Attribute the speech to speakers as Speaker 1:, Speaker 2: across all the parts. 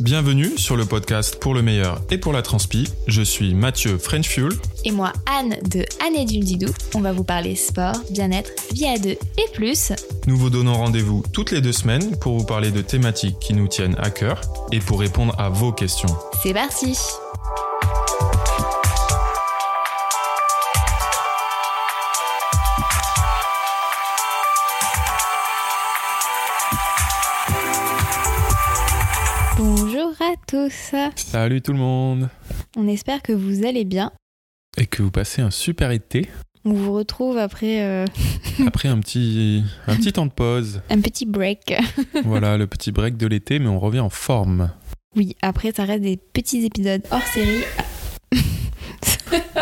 Speaker 1: Bienvenue sur le podcast Pour le meilleur et pour la transpi. Je suis Mathieu French Fuel.
Speaker 2: Et moi, Anne de Anne et du Didou. On va vous parler sport, bien-être, vie à deux et plus.
Speaker 1: Nous vous donnons rendez-vous toutes les deux semaines pour vous parler de thématiques qui nous tiennent à cœur et pour répondre à vos questions.
Speaker 2: C'est parti Bonjour à tous
Speaker 1: Salut tout le monde
Speaker 2: On espère que vous allez bien.
Speaker 1: Et que vous passez un super été
Speaker 2: On vous retrouve après euh,
Speaker 1: après un petit, un petit temps de pause.
Speaker 2: un petit break.
Speaker 1: Voilà le petit break de l'été, mais on revient en forme.
Speaker 2: Oui, après ça reste des petits épisodes hors série.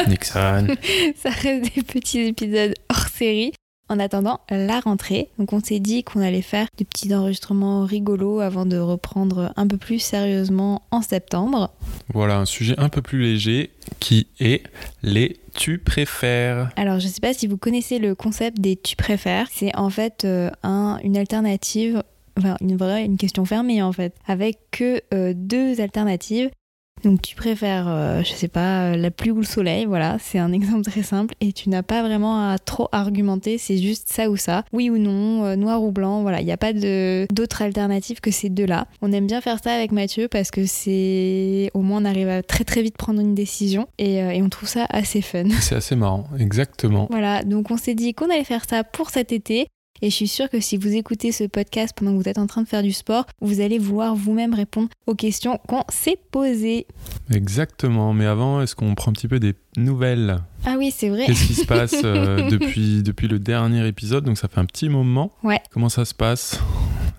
Speaker 1: Nixon.
Speaker 2: ça reste des petits épisodes hors série. En attendant la rentrée, donc on s'est dit qu'on allait faire des petits enregistrements rigolos avant de reprendre un peu plus sérieusement en septembre.
Speaker 1: Voilà un sujet un peu plus léger qui est les tu préfères.
Speaker 2: Alors je sais pas si vous connaissez le concept des tu préfères. C'est en fait euh, un- une alternative, enfin une vraie, une question fermée en fait, avec que euh, deux alternatives. Donc tu préfères, euh, je sais pas, euh, la pluie ou le soleil, voilà, c'est un exemple très simple et tu n'as pas vraiment à trop argumenter, c'est juste ça ou ça, oui ou non, euh, noir ou blanc, voilà, il n'y a pas de- d'autre alternative que ces deux-là. On aime bien faire ça avec Mathieu parce que c'est, au moins on arrive à très très vite prendre une décision et, euh, et on trouve ça assez fun.
Speaker 1: C'est assez marrant, exactement.
Speaker 2: Voilà, donc on s'est dit qu'on allait faire ça pour cet été. Et je suis sûre que si vous écoutez ce podcast pendant que vous êtes en train de faire du sport, vous allez vouloir vous-même répondre aux questions qu'on s'est posées.
Speaker 1: Exactement, mais avant, est-ce qu'on prend un petit peu des nouvelles
Speaker 2: Ah oui, c'est vrai.
Speaker 1: Qu'est-ce qui se passe euh, depuis, depuis le dernier épisode Donc ça fait un petit moment.
Speaker 2: Ouais.
Speaker 1: Comment ça se passe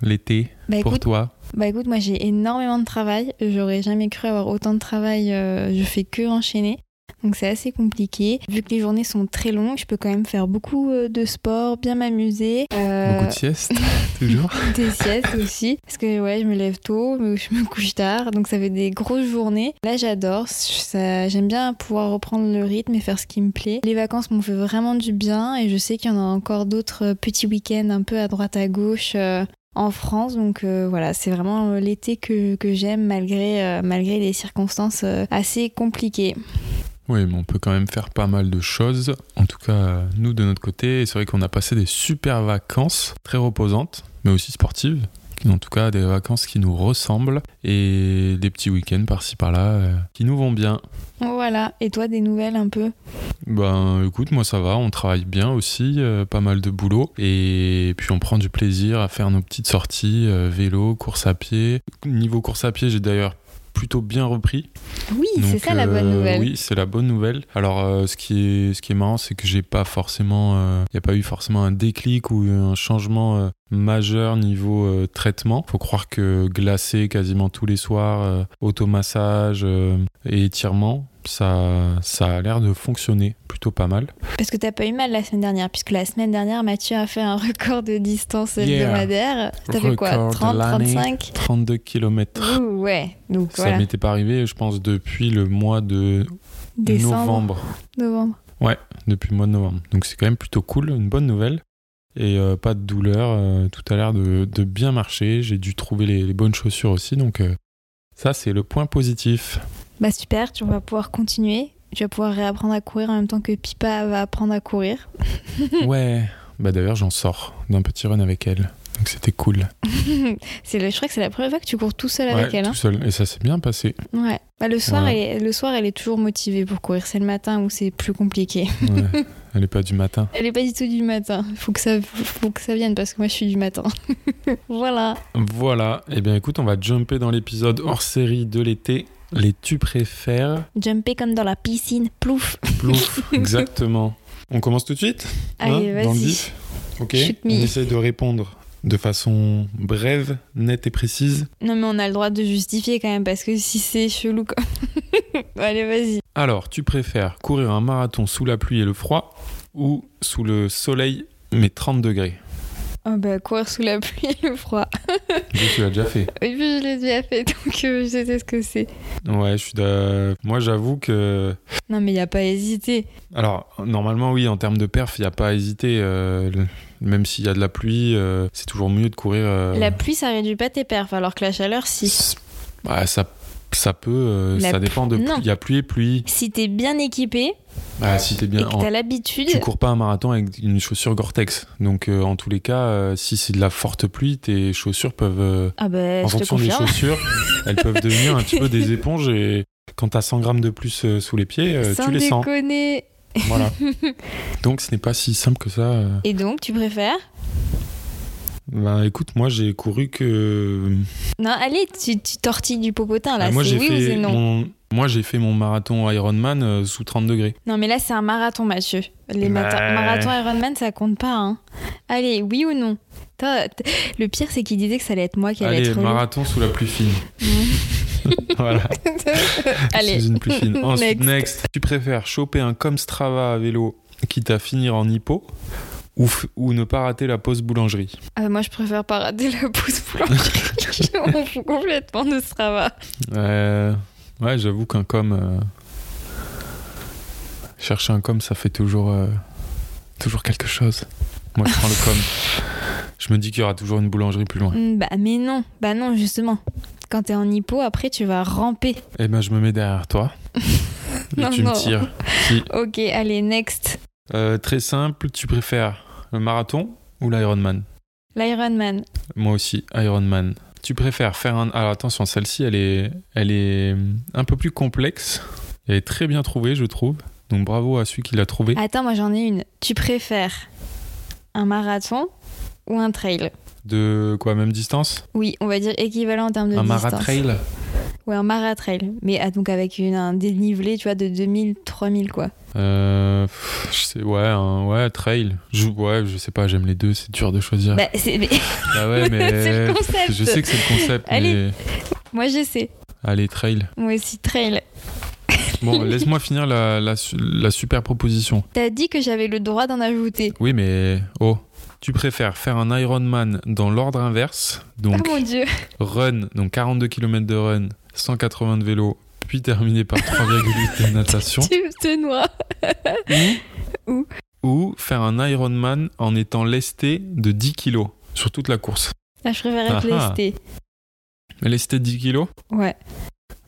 Speaker 1: l'été
Speaker 2: Bah
Speaker 1: pour
Speaker 2: écoute,
Speaker 1: toi
Speaker 2: bah écoute, moi j'ai énormément de travail. J'aurais jamais cru avoir autant de travail. euh, je fais que enchaîner. Donc c'est assez compliqué. Vu que les journées sont très longues, je peux quand même faire beaucoup euh, de sport, bien m'amuser. Euh,
Speaker 1: Beaucoup de siestes, toujours
Speaker 2: des siestes aussi. Parce que ouais, je me lève tôt, mais je me couche tard. Donc ça fait des grosses journées. Là, j'adore. ça- J'aime bien pouvoir reprendre le rythme et faire ce qui me plaît. Les vacances m'ont fait vraiment du bien. Et je sais qu'il y en a encore d'autres euh, petits week-ends un peu à droite à gauche. euh, en France, donc euh, voilà, c'est vraiment euh, l'été que, que j'aime malgré, euh, malgré les circonstances euh, assez compliquées.
Speaker 1: Oui, mais on peut quand même faire pas mal de choses. En tout cas, euh, nous, de notre côté, Et c'est vrai qu'on a passé des super vacances, très reposantes, mais aussi sportives. En tout cas, des vacances qui nous ressemblent et des petits week-ends par-ci par-là euh, qui nous vont bien.
Speaker 2: Voilà, et toi, des nouvelles un peu
Speaker 1: Ben écoute, moi ça va, on travaille bien aussi, euh, pas mal de boulot, et puis on prend du plaisir à faire nos petites sorties, euh, vélo, course à pied. Niveau course à pied, j'ai d'ailleurs plutôt bien repris.
Speaker 2: Oui, c'est
Speaker 1: Donc,
Speaker 2: ça la bonne
Speaker 1: euh,
Speaker 2: nouvelle.
Speaker 1: Oui, c'est la bonne nouvelle. Alors euh, ce, qui est, ce qui est marrant, c'est que j'ai pas forcément, il n'y a pas eu forcément un déclic ou un changement euh, majeur niveau euh, traitement. Faut croire que glacer quasiment tous les soirs, euh, automassage euh, et étirement, ça, ça a l'air de fonctionner plutôt pas mal.
Speaker 2: Parce que t'as pas eu mal la semaine dernière, puisque la semaine dernière, Mathieu a fait un record de distance
Speaker 1: Yeah.
Speaker 2: hebdomadaire. T'as fait quoi
Speaker 1: Record de
Speaker 2: 30,
Speaker 1: l'année.
Speaker 2: 35
Speaker 1: 32 km.
Speaker 2: Ouh, Ouais, donc
Speaker 1: Ça
Speaker 2: voilà.
Speaker 1: m'était pas arrivé, je pense, depuis le mois de
Speaker 2: Décembre,
Speaker 1: novembre.
Speaker 2: novembre.
Speaker 1: Depuis le mois de novembre. Donc c'est quand même plutôt cool, une bonne nouvelle. Et euh, pas de douleur, euh, tout a l'air de, de bien marcher. J'ai dû trouver les, les bonnes chaussures aussi. Donc euh, ça, c'est le point positif.
Speaker 2: Bah super, tu vas pouvoir continuer. Tu vas pouvoir réapprendre à courir en même temps que Pipa va apprendre à courir.
Speaker 1: ouais. Bah d'ailleurs, j'en sors d'un petit run avec elle. Donc c'était cool.
Speaker 2: c'est le, je crois que c'est la première fois que tu cours tout seul avec
Speaker 1: Ouais,
Speaker 2: elle.
Speaker 1: tout
Speaker 2: hein.
Speaker 1: seul. Et ça s'est bien passé.
Speaker 2: Ouais. Bah, le, soir,
Speaker 1: Ouais.
Speaker 2: elle est, le soir, elle est toujours motivée pour courir. C'est le matin où c'est plus compliqué.
Speaker 1: Ouais. elle est pas du matin.
Speaker 2: Elle est pas du tout du matin. Faut que ça, faut que ça vienne parce que moi, je suis du matin. voilà.
Speaker 1: Voilà, et bien écoute, on va jumper dans l'épisode hors série de l'été. Les tu préfères
Speaker 2: Jumper comme dans la piscine, plouf.
Speaker 1: Plouf, exactement. On commence tout de suite
Speaker 2: Allez,
Speaker 1: hein, dans le
Speaker 2: vas-y.
Speaker 1: vif Ok,
Speaker 2: Shoot
Speaker 1: on
Speaker 2: me.
Speaker 1: essaie de répondre de façon brève, nette et précise.
Speaker 2: Non, mais on a le droit de justifier quand même, parce que si c'est chelou, quoi. Allez, vas-y.
Speaker 1: Alors, tu préfères courir un marathon sous la pluie et le froid ou sous le soleil mais 30 degrés
Speaker 2: Oh bah, courir sous la pluie et le froid.
Speaker 1: Je, Tu l'as déjà fait.
Speaker 2: Et puis, je l'ai déjà fait, donc euh, je sais ce que c'est.
Speaker 1: Ouais, je suis. d'a- Moi, j'avoue que
Speaker 2: Non, mais il a pas hésité.
Speaker 1: Alors, normalement, oui, en termes de perf, il n'y a pas à hésiter. euh, le- même s'il y a de la pluie, euh, c'est toujours mieux de courir. euh,
Speaker 2: La pluie, ça réduit pas tes perfs, alors que la chaleur, si.
Speaker 1: s- Bah, ça, ça peut, euh,
Speaker 2: La
Speaker 1: ça dépend de.
Speaker 2: non.
Speaker 1: Il y a pluie et pluie.
Speaker 2: Si t'es bien équipé
Speaker 1: Bah, si t'es
Speaker 2: et
Speaker 1: bien.
Speaker 2: que
Speaker 1: en-
Speaker 2: t'as l'habitude,
Speaker 1: Tu cours pas un marathon avec une chaussure Gore-Tex. Donc, euh, en tous les cas, euh, si c'est de la forte pluie, tes chaussures peuvent. euh,
Speaker 2: ah bah,
Speaker 1: en
Speaker 2: je te
Speaker 1: fonction des
Speaker 2: confirme.
Speaker 1: chaussures, elles peuvent devenir un petit peu des éponges et quand t'as 100 grammes de plus euh, sous les pieds, euh,
Speaker 2: Sans
Speaker 1: tu les sens.
Speaker 2: déconner.
Speaker 1: Voilà. Donc ce n'est pas si simple que ça. euh.
Speaker 2: Et donc, tu préfères
Speaker 1: Bah écoute, moi j'ai couru que.
Speaker 2: Non, allez, tu, tu tortilles du popotin là,
Speaker 1: Ah, moi
Speaker 2: bah, c'est
Speaker 1: j'ai
Speaker 2: oui ou
Speaker 1: fait
Speaker 2: c'est non
Speaker 1: mon. Moi j'ai fait mon marathon Ironman euh, sous 30 degrés.
Speaker 2: Non, mais là, c'est un marathon, Mathieu. Les
Speaker 1: Ouais.
Speaker 2: mata- marathons Ironman, ça compte pas, hein. Allez, oui ou non Toi, t- Le pire, c'est qu'il disait que ça allait être moi qui allait
Speaker 1: Allez,
Speaker 2: être relou.
Speaker 1: marathon sous la pluie fine. voilà.
Speaker 2: Allez.
Speaker 1: Sous une pluie fine. Ensuite,
Speaker 2: Next.
Speaker 1: next. Tu préfères choper un comme Strava à vélo quitte à finir en hippo ou, f- ou ne pas rater la pause boulangerie
Speaker 2: Ah, moi, je préfère pas rater la pousse blanche. On fout complètement de ce travail.
Speaker 1: Euh, ouais, j'avoue qu'un com. euh, Chercher un com, ça fait toujours, euh, toujours quelque chose. Moi, je prends le com. Je me dis qu'il y aura toujours une boulangerie plus loin.
Speaker 2: Hmm, Bah, mais non. Bah, non, justement. Quand t'es en hippo, après, tu vas ramper.
Speaker 1: Eh ben, je me mets derrière toi. Et
Speaker 2: Non,
Speaker 1: tu
Speaker 2: non.
Speaker 1: me tires. Si.
Speaker 2: Ok, allez, next.
Speaker 1: Euh, très simple, tu préfères le marathon ou l'Ironman
Speaker 2: L'Ironman.
Speaker 1: Moi aussi, Ironman. Tu préfères faire un. Alors attention, celle-ci, elle est, elle est hum, un peu plus complexe. Elle est très bien trouvée, je trouve. Donc bravo à celui qui l'a trouvée.
Speaker 2: Attends, moi, j'en ai une. Tu préfères un marathon ou un trail
Speaker 1: De quoi, même distance
Speaker 2: Oui, on va dire équivalent en termes de
Speaker 1: un
Speaker 2: distance.
Speaker 1: maratrail
Speaker 2: Ouais, un maratrail. Mais ah, donc avec une, un dénivelé, tu vois, de 2000, 3000, quoi.
Speaker 1: euh, pff, je sais ouais un, ouais trail je ouais je sais pas j'aime les deux c'est dur de choisir
Speaker 2: Bah, c'est- mais-
Speaker 1: ah ouais mais
Speaker 2: c'est le concept.
Speaker 1: je sais que c'est le concept
Speaker 2: Allez.
Speaker 1: mais
Speaker 2: Moi, je sais.
Speaker 1: allez trail
Speaker 2: Moi aussi, trail.
Speaker 1: bon laisse-moi finir la, la su- la super proposition
Speaker 2: T'as dit que j'avais le droit d'en ajouter.
Speaker 1: oui mais oh tu préfères faire un Ironman dans l'ordre inverse donc
Speaker 2: Oh mon dieu.
Speaker 1: run donc 42 km de run 180 de vélo puis terminé par 3,8 de natation
Speaker 2: Tu te noies.
Speaker 1: ou faire un Ironman en étant lesté de 10 kg sur toute la course
Speaker 2: Ah, je préfère être
Speaker 1: Ah, ah.
Speaker 2: lesté.
Speaker 1: Mais Lesté de 10 kilos
Speaker 2: Ouais,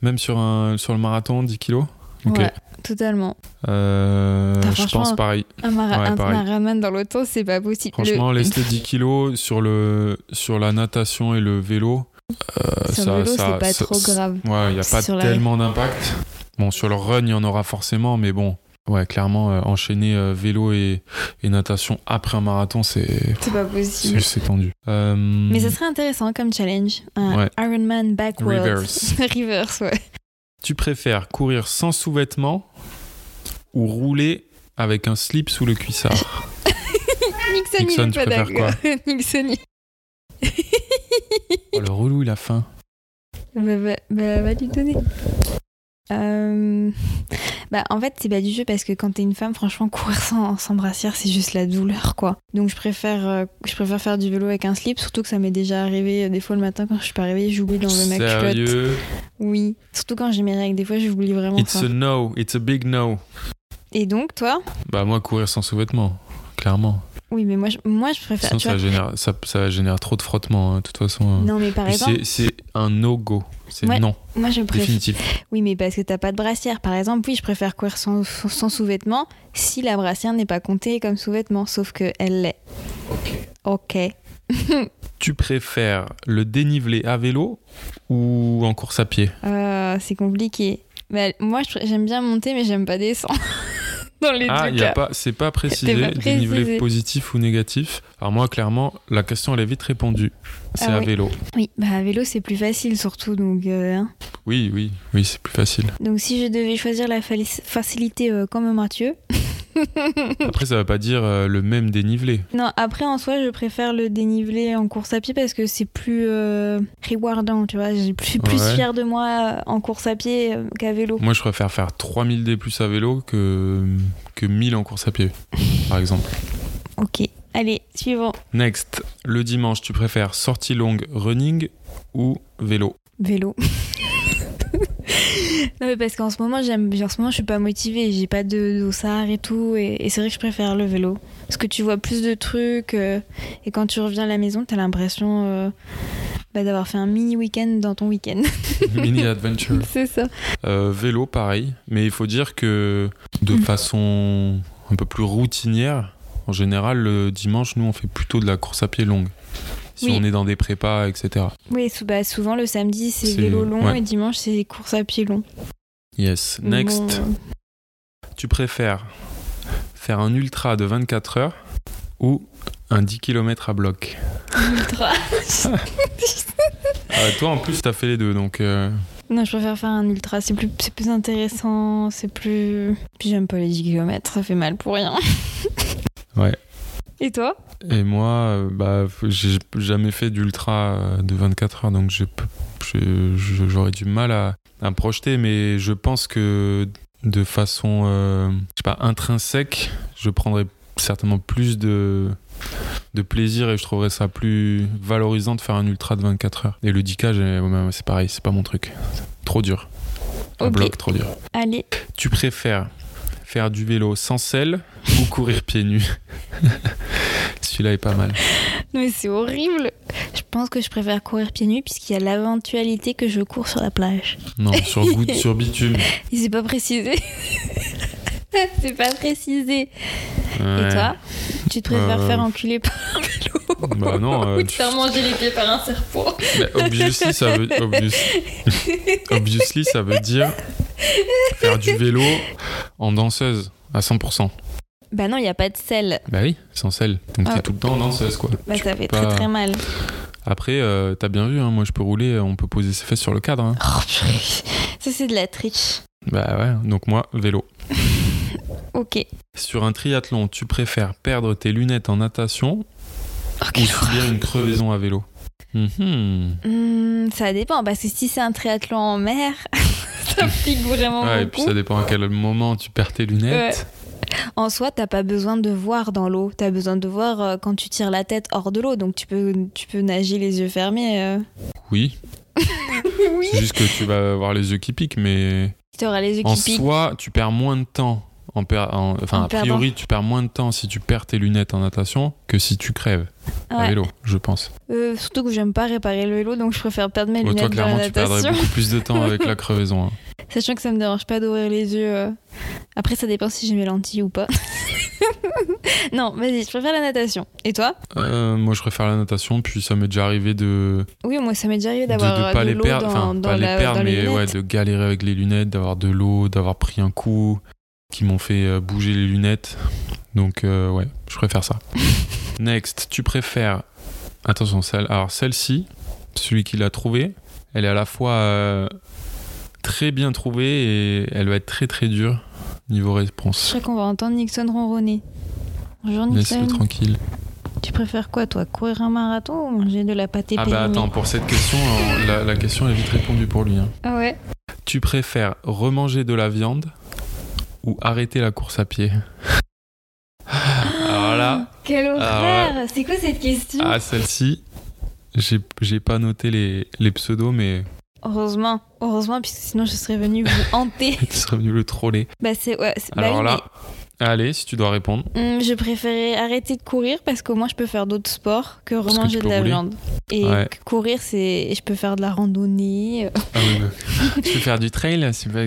Speaker 1: Même sur, un, sur le marathon, 10 kilos Ok.
Speaker 2: ouais, totalement.
Speaker 1: Euh,
Speaker 2: Putain,
Speaker 1: je
Speaker 2: franchement,
Speaker 1: pense pareil.
Speaker 2: Un, mara-
Speaker 1: Ouais,
Speaker 2: un
Speaker 1: pareil.
Speaker 2: maraman dans l'auto, c'est pas possible.
Speaker 1: Franchement,
Speaker 2: Le-
Speaker 1: lesté de 10 kilos sur, le, sur la natation et le vélo, euh,
Speaker 2: sur
Speaker 1: ça,
Speaker 2: le vélo,
Speaker 1: ça-
Speaker 2: c'est pas
Speaker 1: ça-
Speaker 2: trop
Speaker 1: ça-
Speaker 2: grave.
Speaker 1: Ouais, il n'y a pas
Speaker 2: Sur la-
Speaker 1: tellement d'impact. Bon, sur le run, il y en aura forcément, mais bon. Ouais, clairement, euh, enchaîner euh, vélo et, et natation après un marathon, c'est
Speaker 2: C'est pas
Speaker 1: c'est-
Speaker 2: possible.
Speaker 1: c'est tendu. Euh,
Speaker 2: Mais ça serait intéressant comme challenge. Un
Speaker 1: Ouais.
Speaker 2: Ironman backwards.
Speaker 1: Reverse.
Speaker 2: Reverse, ouais.
Speaker 1: Tu préfères courir sans sous-vêtements ou rouler avec un slip sous le cuissard
Speaker 2: Nixon,
Speaker 1: Nixon,
Speaker 2: il est
Speaker 1: tu
Speaker 2: pas
Speaker 1: préfères
Speaker 2: d'accord. Nixon, il...
Speaker 1: Oh, le relou, il a faim.
Speaker 2: Bah, bah, bah, va lui donner. Euh, Bah, en fait, c'est pas du jeu parce que quand t'es une femme, franchement, courir sans, sans brassière, c'est juste la douleur, quoi. Donc, je préfère, euh, je préfère faire du vélo avec un slip, surtout que ça m'est déjà arrivé euh, des fois le matin quand je suis pas réveillée, j'oublie d'enlever ma culotte.
Speaker 1: Sérieux
Speaker 2: Oui, surtout quand j'ai mes règles, des fois, j'oublie vraiment
Speaker 1: It's
Speaker 2: ça.
Speaker 1: a no, it's a big no.
Speaker 2: Et donc, toi
Speaker 1: Bah moi courir sans sous-vêtements, clairement.
Speaker 2: Oui, mais moi, je, moi, je préfère.
Speaker 1: Sinon
Speaker 2: tu
Speaker 1: ça
Speaker 2: vois...
Speaker 1: génère, ça, ça génère trop de frottement, hein, de toute façon. hein.
Speaker 2: Non, mais par
Speaker 1: Puis
Speaker 2: exemple,
Speaker 1: c'est- C'est un no-go, c'est
Speaker 2: Ouais,
Speaker 1: non,
Speaker 2: moi, je préfère.
Speaker 1: définitif.
Speaker 2: Oui, mais parce que t'as pas de brassière. Par exemple, oui, je préfère courir sans, sans sous-vêtements si la brassière n'est pas comptée comme sous-vêtement, sauf que elle l'est. Ok.
Speaker 1: Tu préfères le dénivelé à vélo ou en course à pied
Speaker 2: Euh, c'est compliqué. Mais moi, je pr- j'aime bien monter, mais j'aime pas descendre. Dans les
Speaker 1: Ah,
Speaker 2: deux
Speaker 1: y a
Speaker 2: cas.
Speaker 1: pas, c'est pas
Speaker 2: T'es
Speaker 1: précisé,
Speaker 2: pas précisé.
Speaker 1: dénivelé positif ou négatif. Alors moi clairement, la question elle est vite répondue, c'est
Speaker 2: Ah
Speaker 1: à
Speaker 2: oui.
Speaker 1: vélo.
Speaker 2: Oui, bah à vélo, c'est plus facile surtout. Donc, euh, hein.
Speaker 1: Oui, oui, oui, c'est plus facile.
Speaker 2: donc si je devais choisir la fali- facilité euh, comme Mathieu.
Speaker 1: Après ça veut pas dire euh, le même dénivelé.
Speaker 2: non, après, en soi, je préfère le dénivelé en course à pied parce que c'est plus euh, rewardant, tu vois. Je suis plus, plus
Speaker 1: Ouais.
Speaker 2: fière de moi euh, en course à pied euh, qu'à vélo.
Speaker 1: Moi, je préfère faire 3000 D plus à vélo que, que 1000 en course à pied, par exemple.
Speaker 2: Ok. Allez, suivant.
Speaker 1: Next, le dimanche, tu préfères sortie longue running ou vélo
Speaker 2: Vélo. non mais parce qu'en ce moment j'aime en ce moment je suis pas motivée, j'ai pas de dossard et tout et, et c'est vrai que je préfère le vélo parce que tu vois plus de trucs euh, et quand tu reviens à la maison t'as l'impression euh, bah, d'avoir fait un mini week-end dans ton week-end.
Speaker 1: Mini adventure.
Speaker 2: C'est ça.
Speaker 1: Euh, vélo, pareil. Mais il faut dire que de
Speaker 2: Mm.
Speaker 1: façon un peu plus routinière, en général, le dimanche, nous, on fait plutôt de la course à pied longue. Si
Speaker 2: Oui.
Speaker 1: on est dans des prépas, etc.
Speaker 2: Oui, sou- bah, souvent le samedi c'est
Speaker 1: C'est-
Speaker 2: vélo long
Speaker 1: ouais.
Speaker 2: et dimanche c'est course à pied long.
Speaker 1: Yes.
Speaker 2: Bon,
Speaker 1: Next.
Speaker 2: euh,
Speaker 1: Tu préfères faire un ultra de 24 heures ou un 10 km à bloc
Speaker 2: ultra.
Speaker 1: Ah, Toi, en plus, t'as fait les deux, donc... euh,
Speaker 2: non, je préfère faire un ultra, c'est plus, c'est plus intéressant, c'est plus. Puis j'aime pas les 10 km, ça fait mal pour rien.
Speaker 1: Ouais.
Speaker 2: Et toi
Speaker 1: Et moi, euh, bah, f- j'ai jamais fait d'ultra euh, de 24 heures, donc je peux- je- je- j'aurais du mal à, à me projeter, mais je pense que de façon, euh, je sais pas, intrinsèque, je prendrais certainement plus de, de plaisir et je trouverais ça plus valorisant de faire un ultra de 24 heures. Et le 10K, j'ai- ouais, ouais, c'est pareil, c'est pas mon truc. Trop dur. Un
Speaker 2: Ok.
Speaker 1: bloc, trop dur.
Speaker 2: Allez,
Speaker 1: Tu préfères faire du vélo sans selle ou courir pieds nus Celui-là est pas mal.
Speaker 2: non, mais c'est horrible. Je pense que je préfère courir pieds nus puisqu'il y a l'éventualité que je cours sur la plage.
Speaker 1: Non, sur, gout- sur bitume.
Speaker 2: Et c'est pas précisé. c'est pas précisé.
Speaker 1: Ouais.
Speaker 2: Et toi Tu te préfères
Speaker 1: Euh,
Speaker 2: faire enculer par un vélo
Speaker 1: Bah non, euh,
Speaker 2: ou te
Speaker 1: tu-
Speaker 2: faire manger les pieds par un serpent
Speaker 1: Bah, obviously, ça veut... obvious- obviously, ça veut dire faire du vélo en danseuse à 100%.
Speaker 2: Bah non, il n'y a pas de sel.
Speaker 1: Bah oui, sans selle. Donc
Speaker 2: Ah.
Speaker 1: t'es tout le temps en danseuse, quoi.
Speaker 2: Bah
Speaker 1: Tu
Speaker 2: ça
Speaker 1: peux
Speaker 2: fait
Speaker 1: pas-
Speaker 2: très très mal.
Speaker 1: Après, euh, t'as bien vu, hein, moi je peux rouler, on peut poser ses fesses sur le cadre. hein.
Speaker 2: Oh, purée. ça c'est de la triche.
Speaker 1: Bah ouais, donc moi, vélo.
Speaker 2: Ok.
Speaker 1: Sur un triathlon, tu préfères perdre tes lunettes en natation
Speaker 2: Oh,
Speaker 1: ou
Speaker 2: quelle horreur.
Speaker 1: subir une crevaison à vélo Mhm.
Speaker 2: Hmm, ça dépend, parce que si c'est un triathlon en mer, ça me pique vraiment
Speaker 1: Ouais, et puis
Speaker 2: beaucoup.
Speaker 1: ça dépend à quel moment tu perds tes lunettes.
Speaker 2: En soi, t'as pas besoin de voir dans l'eau. T'as besoin de voir euh, quand tu tires la tête hors de l'eau, donc tu peux, tu peux nager les yeux fermés. euh.
Speaker 1: Oui,
Speaker 2: Oui.
Speaker 1: C'est juste que tu vas avoir les yeux qui piquent, mais
Speaker 2: T'auras les yeux
Speaker 1: en
Speaker 2: qui piquent.
Speaker 1: soi, tu perds moins de temps. En per- en- Enfin,
Speaker 2: En
Speaker 1: a priori, tu perds moins de temps si tu perds tes lunettes en natation que si tu crèves à
Speaker 2: Ouais.
Speaker 1: vélo, je pense.
Speaker 2: Euh, surtout que j'aime pas réparer le vélo, donc je préfère perdre mes
Speaker 1: Bon, toi,
Speaker 2: lunettes dans la
Speaker 1: clairement, tu perdrais
Speaker 2: natation.
Speaker 1: beaucoup plus de temps avec la crevaison. hein.
Speaker 2: Sachant que ça me dérange pas d'ouvrir les yeux. euh. Après, ça dépend si j'ai mes lentilles ou pas. non, vas-y, je préfère la natation. Et toi
Speaker 1: Euh, moi, je préfère la natation, puis ça m'est déjà arrivé de
Speaker 2: Oui, moi, ça m'est déjà arrivé
Speaker 1: de,
Speaker 2: d'avoir
Speaker 1: de
Speaker 2: euh,
Speaker 1: pas
Speaker 2: de
Speaker 1: les
Speaker 2: l'eau
Speaker 1: perdre,
Speaker 2: dans,
Speaker 1: enfin,
Speaker 2: dans
Speaker 1: pas
Speaker 2: la-
Speaker 1: les perdre,
Speaker 2: dans les
Speaker 1: mais ouais,
Speaker 2: lunettes.
Speaker 1: de galérer avec les lunettes, d'avoir de l'eau, d'avoir pris un coup, qui m'ont fait euh, bouger les lunettes. Donc, euh, ouais, je préfère ça. Next, tu préfères. Attention, celle... alors celle-ci, celui qui l'a trouvée, elle est à la fois euh, très bien trouvée et elle va être très très dure niveau
Speaker 2: Je
Speaker 1: réponse.
Speaker 2: crois qu'on va entendre Nixon ronronner. Bonjour Nixon.
Speaker 1: Laisse-le tranquille.
Speaker 2: Tu préfères quoi, toi Courir un marathon ou manger de la pâté
Speaker 1: Ah bah attends, pour cette question, on- la, la question est vite répondue pour lui. hein.
Speaker 2: Ah ouais
Speaker 1: Tu préfères remanger de la viande ou arrêter la course à pied Alors là,
Speaker 2: Quelle
Speaker 1: horreur
Speaker 2: horreur C'est quoi cette question
Speaker 1: à celle-ci, j'ai j'ai pas noté les, les pseudos, mais
Speaker 2: Heureusement, heureusement, puisque sinon je serais venue vous hanter.
Speaker 1: tu serais venu le troller.
Speaker 2: bah c'est... Ouais, c'est- bah
Speaker 1: Alors
Speaker 2: oui,
Speaker 1: là, allez, si tu dois répondre,
Speaker 2: mais, hum, je préférais arrêter de courir parce qu'au moins je peux faire d'autres sports que
Speaker 1: que
Speaker 2: remanger
Speaker 1: tu
Speaker 2: de
Speaker 1: peux
Speaker 2: la
Speaker 1: rouler.
Speaker 2: viande. Et
Speaker 1: Ouais.
Speaker 2: que courir, c'est... Je peux faire de la randonnée, euh, bah.
Speaker 1: tu peux faire du trail c'est pas...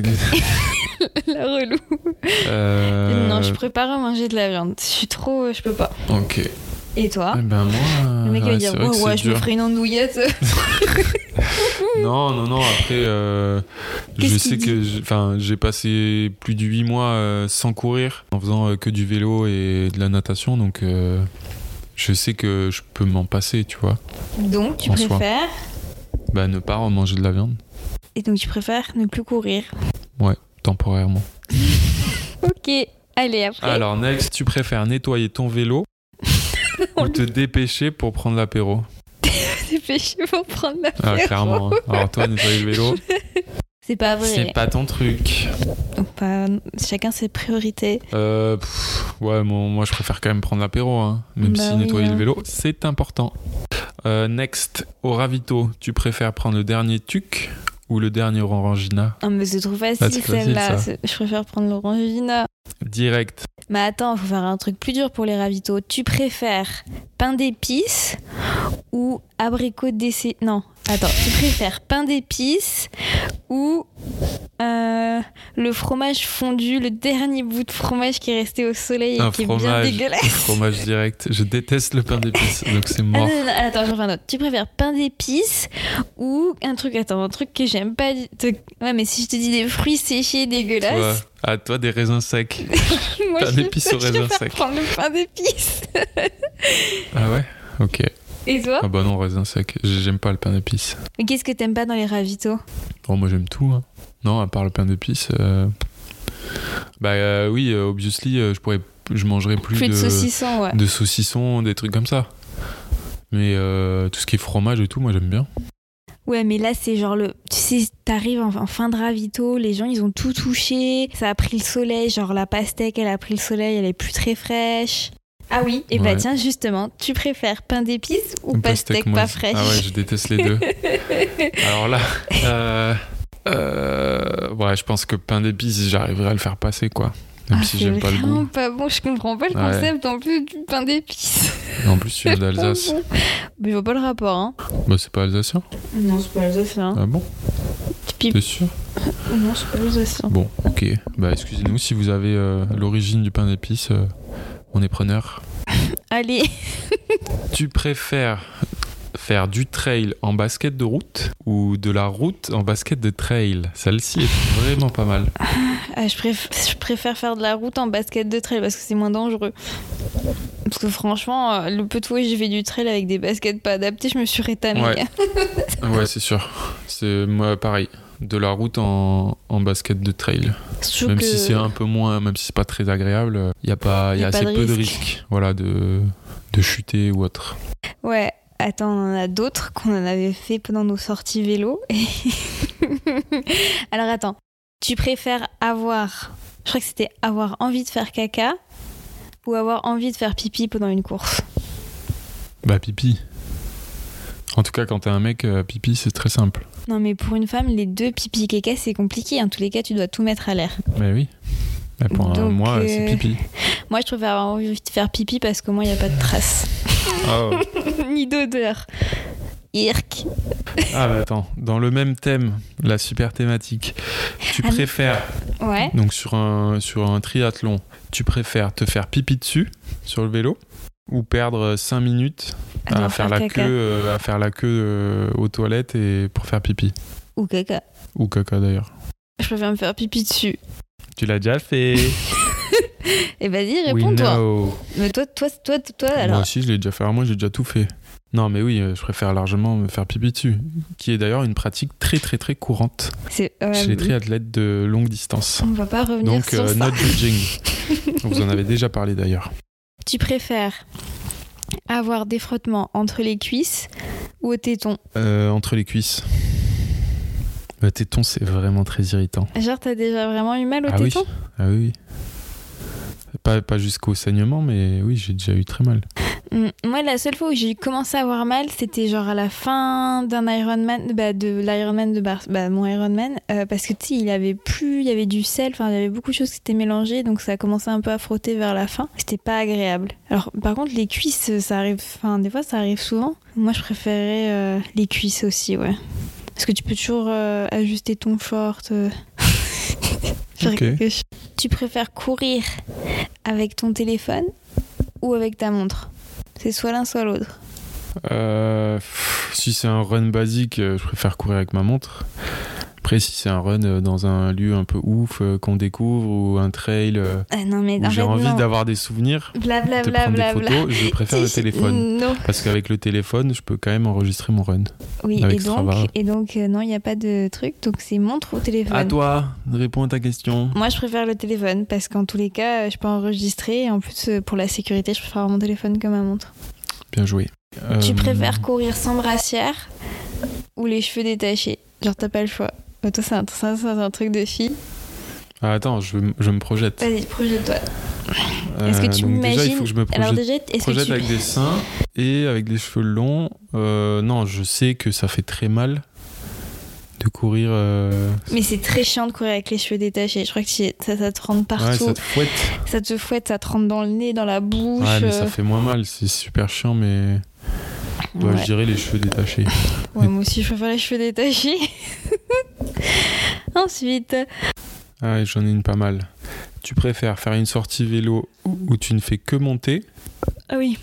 Speaker 2: la relou.
Speaker 1: Euh,
Speaker 2: Non, je préfère remanger de la viande. Je suis trop... Je peux pas.
Speaker 1: Ok.
Speaker 2: Et toi
Speaker 1: Eh ben moi,
Speaker 2: Ah. Le mec va
Speaker 1: ouais,
Speaker 2: dire,
Speaker 1: c'est
Speaker 2: oh,
Speaker 1: vrai que
Speaker 2: ouais, ouais,
Speaker 1: c'est
Speaker 2: je me
Speaker 1: dur.
Speaker 2: ferai une andouillette.
Speaker 1: Non, non, non, après, euh, je
Speaker 2: Qu'est-ce
Speaker 1: sais
Speaker 2: qu'il
Speaker 1: que j'ai- enfin, j'ai passé plus de 8 mois euh, sans courir, en faisant euh, que du vélo et de la natation, donc euh, je sais que je peux m'en passer, tu vois.
Speaker 2: Donc, tu
Speaker 1: En soi.
Speaker 2: préfères...
Speaker 1: Bah, ne pas remanger de la viande,
Speaker 2: Et donc, tu préfères ne plus courir.
Speaker 1: temporairement.
Speaker 2: Ok, allez, après,
Speaker 1: Alors, next, tu préfères nettoyer ton vélo ou te dépêcher pour prendre l'apéro
Speaker 2: dépêchez-vous pour prendre la
Speaker 1: Ah,
Speaker 2: ferme.
Speaker 1: clairement. hein. Alors, toi, nettoyer le vélo,
Speaker 2: C'est pas
Speaker 1: c'est
Speaker 2: vrai.
Speaker 1: pas ton truc.
Speaker 2: Donc, pas- chacun ses priorités.
Speaker 1: Euh, pff, ouais, mon- moi je préfère quand même prendre l'apéro, hein, même
Speaker 2: Bah
Speaker 1: si
Speaker 2: oui,
Speaker 1: nettoyer
Speaker 2: hein.
Speaker 1: le vélo, c'est important. Euh, next, au ravito, tu préfères prendre le dernier tuc ou le dernier orangina
Speaker 2: Ah, mais c'est trop
Speaker 1: Ah,
Speaker 2: facile
Speaker 1: c'est facile,
Speaker 2: celle-là.
Speaker 1: ça.
Speaker 2: C'est- Je préfère prendre l'orangina.
Speaker 1: Direct.
Speaker 2: Mais attends, faut faire un truc plus dur pour les ravitaux. Tu préfères pain d'épices ou ou abricot décé... Non, attends, tu préfères pain d'épices ou euh, le fromage fondu, le dernier bout de fromage qui est resté au soleil et
Speaker 1: Un
Speaker 2: qui
Speaker 1: fromage,
Speaker 2: est bien dégueulasse
Speaker 1: Fromage direct. Je déteste le pain d'épices, donc c'est
Speaker 2: Ah non,
Speaker 1: mort.
Speaker 2: non, non, attends, j'en fais un autre. Tu préfères pain d'épices ou un truc, attends, un truc que j'aime pas. du- truc- Ouais, mais si je te dis des fruits séchés
Speaker 1: Toi,
Speaker 2: dégueulasses,
Speaker 1: à toi des raisins secs.
Speaker 2: moi
Speaker 1: pain
Speaker 2: je
Speaker 1: d'épices
Speaker 2: je
Speaker 1: au raisin
Speaker 2: préfère
Speaker 1: sec.
Speaker 2: prendre le pain d'épices.
Speaker 1: Ah ouais Ok.
Speaker 2: Et toi
Speaker 1: Ah bah non, raisins secs. J'aime pas le pain d'épices.
Speaker 2: Mais qu'est-ce que t'aimes pas dans les ravitaux
Speaker 1: Bon, moi j'aime tout. hein. Non, à part le pain d'épices. euh, Bah euh, oui, euh, obviously, euh, je pourrais, je mangerais plus,
Speaker 2: Plus de saucisson, ouais.
Speaker 1: de saucissons, des trucs comme ça. Mais euh, tout ce qui est fromage et tout, moi j'aime bien.
Speaker 2: Ouais, mais là, c'est genre le. Tu sais, t'arrives en, en fin de ravito, les gens, ils ont tout touché. Ça a pris le soleil, genre la pastèque, elle a pris le soleil, elle est plus très fraîche. Ah oui, et bah
Speaker 1: Ouais.
Speaker 2: tiens, justement, tu préfères pain d'épices ou
Speaker 1: Une
Speaker 2: pastèque,
Speaker 1: moi,
Speaker 2: pas
Speaker 1: je-
Speaker 2: fraîche
Speaker 1: Ah ouais, je déteste les deux. Alors là, euh, euh, ouais, je pense que pain d'épices, j'arriverai à le faire passer quoi. Même
Speaker 2: Ah,
Speaker 1: si
Speaker 2: c'est
Speaker 1: j'aime pas le
Speaker 2: vraiment
Speaker 1: goût.
Speaker 2: pas bon, je comprends pas le
Speaker 1: Ouais.
Speaker 2: concept en plus du pain d'épices.
Speaker 1: Et en plus, je suis d'Alsace.
Speaker 2: Pas bon. Mais je vois pas le rapport, hein.
Speaker 1: Bah, c'est pas alsacien.
Speaker 2: Non, c'est pas alsacien.
Speaker 1: Ah bon T'es sûr
Speaker 2: Non, c'est pas alsacien.
Speaker 1: Bon, ok. Bah, excusez-nous si vous avez euh, l'origine du pain d'épices. euh, on est preneur.
Speaker 2: Allez,
Speaker 1: Tu préfères faire du trail en basket de route ou de la route en basket de trail Celle-ci est vraiment pas mal.
Speaker 2: Ah, je, préf- je préfère faire de la route en basket de trail parce que c'est moins dangereux. Parce que franchement, euh, le peu de fois où j'ai fait du trail avec des baskets pas adaptées, je me suis rétamée.
Speaker 1: Ouais. Ouais, c'est sûr. C'est moi pareil. De la route en, en basket de trail.
Speaker 2: Surtout
Speaker 1: Même
Speaker 2: que-
Speaker 1: si c'est un peu moins, même si c'est pas très agréable, il y a pas, y
Speaker 2: Y
Speaker 1: a
Speaker 2: a pas
Speaker 1: assez
Speaker 2: de
Speaker 1: peu de
Speaker 2: risque.
Speaker 1: risques, voilà, de, de chuter ou autre.
Speaker 2: Ouais, attends, on en a d'autres qu'on en avait fait pendant nos sorties vélo. Alors attends, tu préfères avoir, je crois que c'était avoir envie de faire caca ou avoir envie de faire pipi pendant une course
Speaker 1: Bah pipi. En tout cas, quand t'es un mec, euh, pipi, c'est très simple.
Speaker 2: Non mais pour une femme, les deux pipi et caca c'est compliqué. En tous les cas, tu dois tout mettre à l'air.
Speaker 1: Mais oui. Mais pour un-
Speaker 2: Donc,
Speaker 1: moi, c'est
Speaker 2: euh,
Speaker 1: pipi.
Speaker 2: Moi, je préfère avoir envie de faire pipi parce qu'au moins, il n'y a pas de traces.
Speaker 1: Ah,
Speaker 2: Ni d'odeur. Irk.
Speaker 1: mais Ah, bah, attends, dans le même thème, la super thématique, tu
Speaker 2: Ah, mais-
Speaker 1: préfères,
Speaker 2: Ouais.
Speaker 1: donc sur un, sur un triathlon, tu préfères te faire pipi dessus, sur le vélo, ou perdre 5 minutes à
Speaker 2: Attends,
Speaker 1: Ah, faire, la
Speaker 2: Ah caca.
Speaker 1: queue, euh, à faire la queue euh, aux toilettes et pour faire pipi.
Speaker 2: Ou caca.
Speaker 1: Ou caca d'ailleurs.
Speaker 2: Je préfère me faire pipi dessus.
Speaker 1: Tu l'as déjà fait
Speaker 2: Et vas-y,
Speaker 1: We
Speaker 2: réponds-toi.
Speaker 1: know.
Speaker 2: Mais toi, toi, toi, toi, toi,
Speaker 1: Moi
Speaker 2: alors.
Speaker 1: aussi, je l'ai déjà fait. Alors moi, j'ai déjà tout fait. Non, mais oui, euh, je préfère largement me faire pipi dessus, qui est d'ailleurs une pratique très très très courante
Speaker 2: C'est- ouais,
Speaker 1: chez les triathlètes de longue distance.
Speaker 2: on va pas revenir
Speaker 1: Donc,
Speaker 2: sur
Speaker 1: euh,
Speaker 2: ça.
Speaker 1: not judging. Vous en avez déjà parlé d'ailleurs.
Speaker 2: Tu préfères avoir des frottements entre les cuisses ou au téton
Speaker 1: Euh, entre les cuisses. Le téton, c'est vraiment très irritant.
Speaker 2: Genre, t'as déjà vraiment eu mal au
Speaker 1: Ah oui.
Speaker 2: téton
Speaker 1: Ah oui, oui. Pas, pas jusqu'au saignement, mais oui, j'ai déjà eu très mal.
Speaker 2: Mm. Moi, la seule fois où j'ai commencé à avoir mal, c'était genre à la fin d'un Ironman, bah, de l'Ironman de Bar bah, mon Ironman, euh, parce que tu sais, il avait plus, il y avait du sel, enfin, il y avait beaucoup de choses qui étaient mélangées, donc ça a commencé un peu à frotter vers la fin. C'était pas agréable. Alors, par contre, les cuisses, ça arrive, enfin, des fois, ça arrive souvent. Moi, je préférais euh, les cuisses aussi, ouais. Parce que tu peux toujours euh, ajuster ton short. euh, faire
Speaker 1: Ok.
Speaker 2: quelque chose. Tu préfères courir avec ton téléphone ou avec ta montre c'est soit l'un, soit l'autre.
Speaker 1: Euh, pff, si c'est un run basique, euh, je préfère courir avec ma montre. Après, si c'est un run euh, dans un lieu un peu ouf euh, qu'on découvre ou un trail euh,
Speaker 2: Ah non, mais
Speaker 1: où j'ai
Speaker 2: arrête,
Speaker 1: envie
Speaker 2: non.
Speaker 1: d'avoir des souvenirs,
Speaker 2: Bla, bla,
Speaker 1: de
Speaker 2: bla,
Speaker 1: prendre
Speaker 2: bla,
Speaker 1: des
Speaker 2: bla.
Speaker 1: photos, je préfère le
Speaker 2: Si,
Speaker 1: téléphone.
Speaker 2: Non.
Speaker 1: Parce qu'avec le téléphone, je peux quand même enregistrer mon run.
Speaker 2: Oui,
Speaker 1: Avec
Speaker 2: et
Speaker 1: Strava.
Speaker 2: donc, et donc euh, non, il n'y a pas de truc. Donc, c'est montre ou téléphone.
Speaker 1: À toi, réponds à ta question.
Speaker 2: Moi, je préfère le téléphone parce qu'en tous les cas, euh, je peux enregistrer. Et en plus, euh, pour la sécurité, je préfère avoir mon téléphone comme ma montre.
Speaker 1: Bien joué.
Speaker 2: Tu
Speaker 1: Euh,
Speaker 2: préfères courir sans brassière ou les cheveux détachés Genre, t'as pas le choix. Bah, toi, c'est un, ça, c'est un truc de fille.
Speaker 1: ah, attends, je, je me projette. Euh,
Speaker 2: Vas-y, projette-toi. Est-ce que tu
Speaker 1: donc Déjà, il
Speaker 2: imagines-
Speaker 1: faut que je me projette.
Speaker 2: Alors, déjà, est-ce que
Speaker 1: projette
Speaker 2: tu.
Speaker 1: avec des seins et avec des cheveux longs. Euh, non, je sais que ça fait très mal de courir. euh,
Speaker 2: Mais c'est très chiant de courir avec les cheveux détachés. Je crois que tu- ça, ça te rentre
Speaker 1: Ouais,
Speaker 2: partout.
Speaker 1: ça te fouette.
Speaker 2: Ça te fouette, ça te rentre dans le nez, dans la bouche.
Speaker 1: Ouais, mais
Speaker 2: euh,
Speaker 1: ça fait moins mal. C'est super chiant, mais Bah,
Speaker 2: Ouais.
Speaker 1: Je dirais les cheveux détachés.
Speaker 2: Ouais, moi aussi, je préfère les cheveux détachés. Ensuite,
Speaker 1: Ah, et j'en ai une pas mal. Tu préfères faire une sortie vélo où tu ne fais que monter
Speaker 2: ah oui,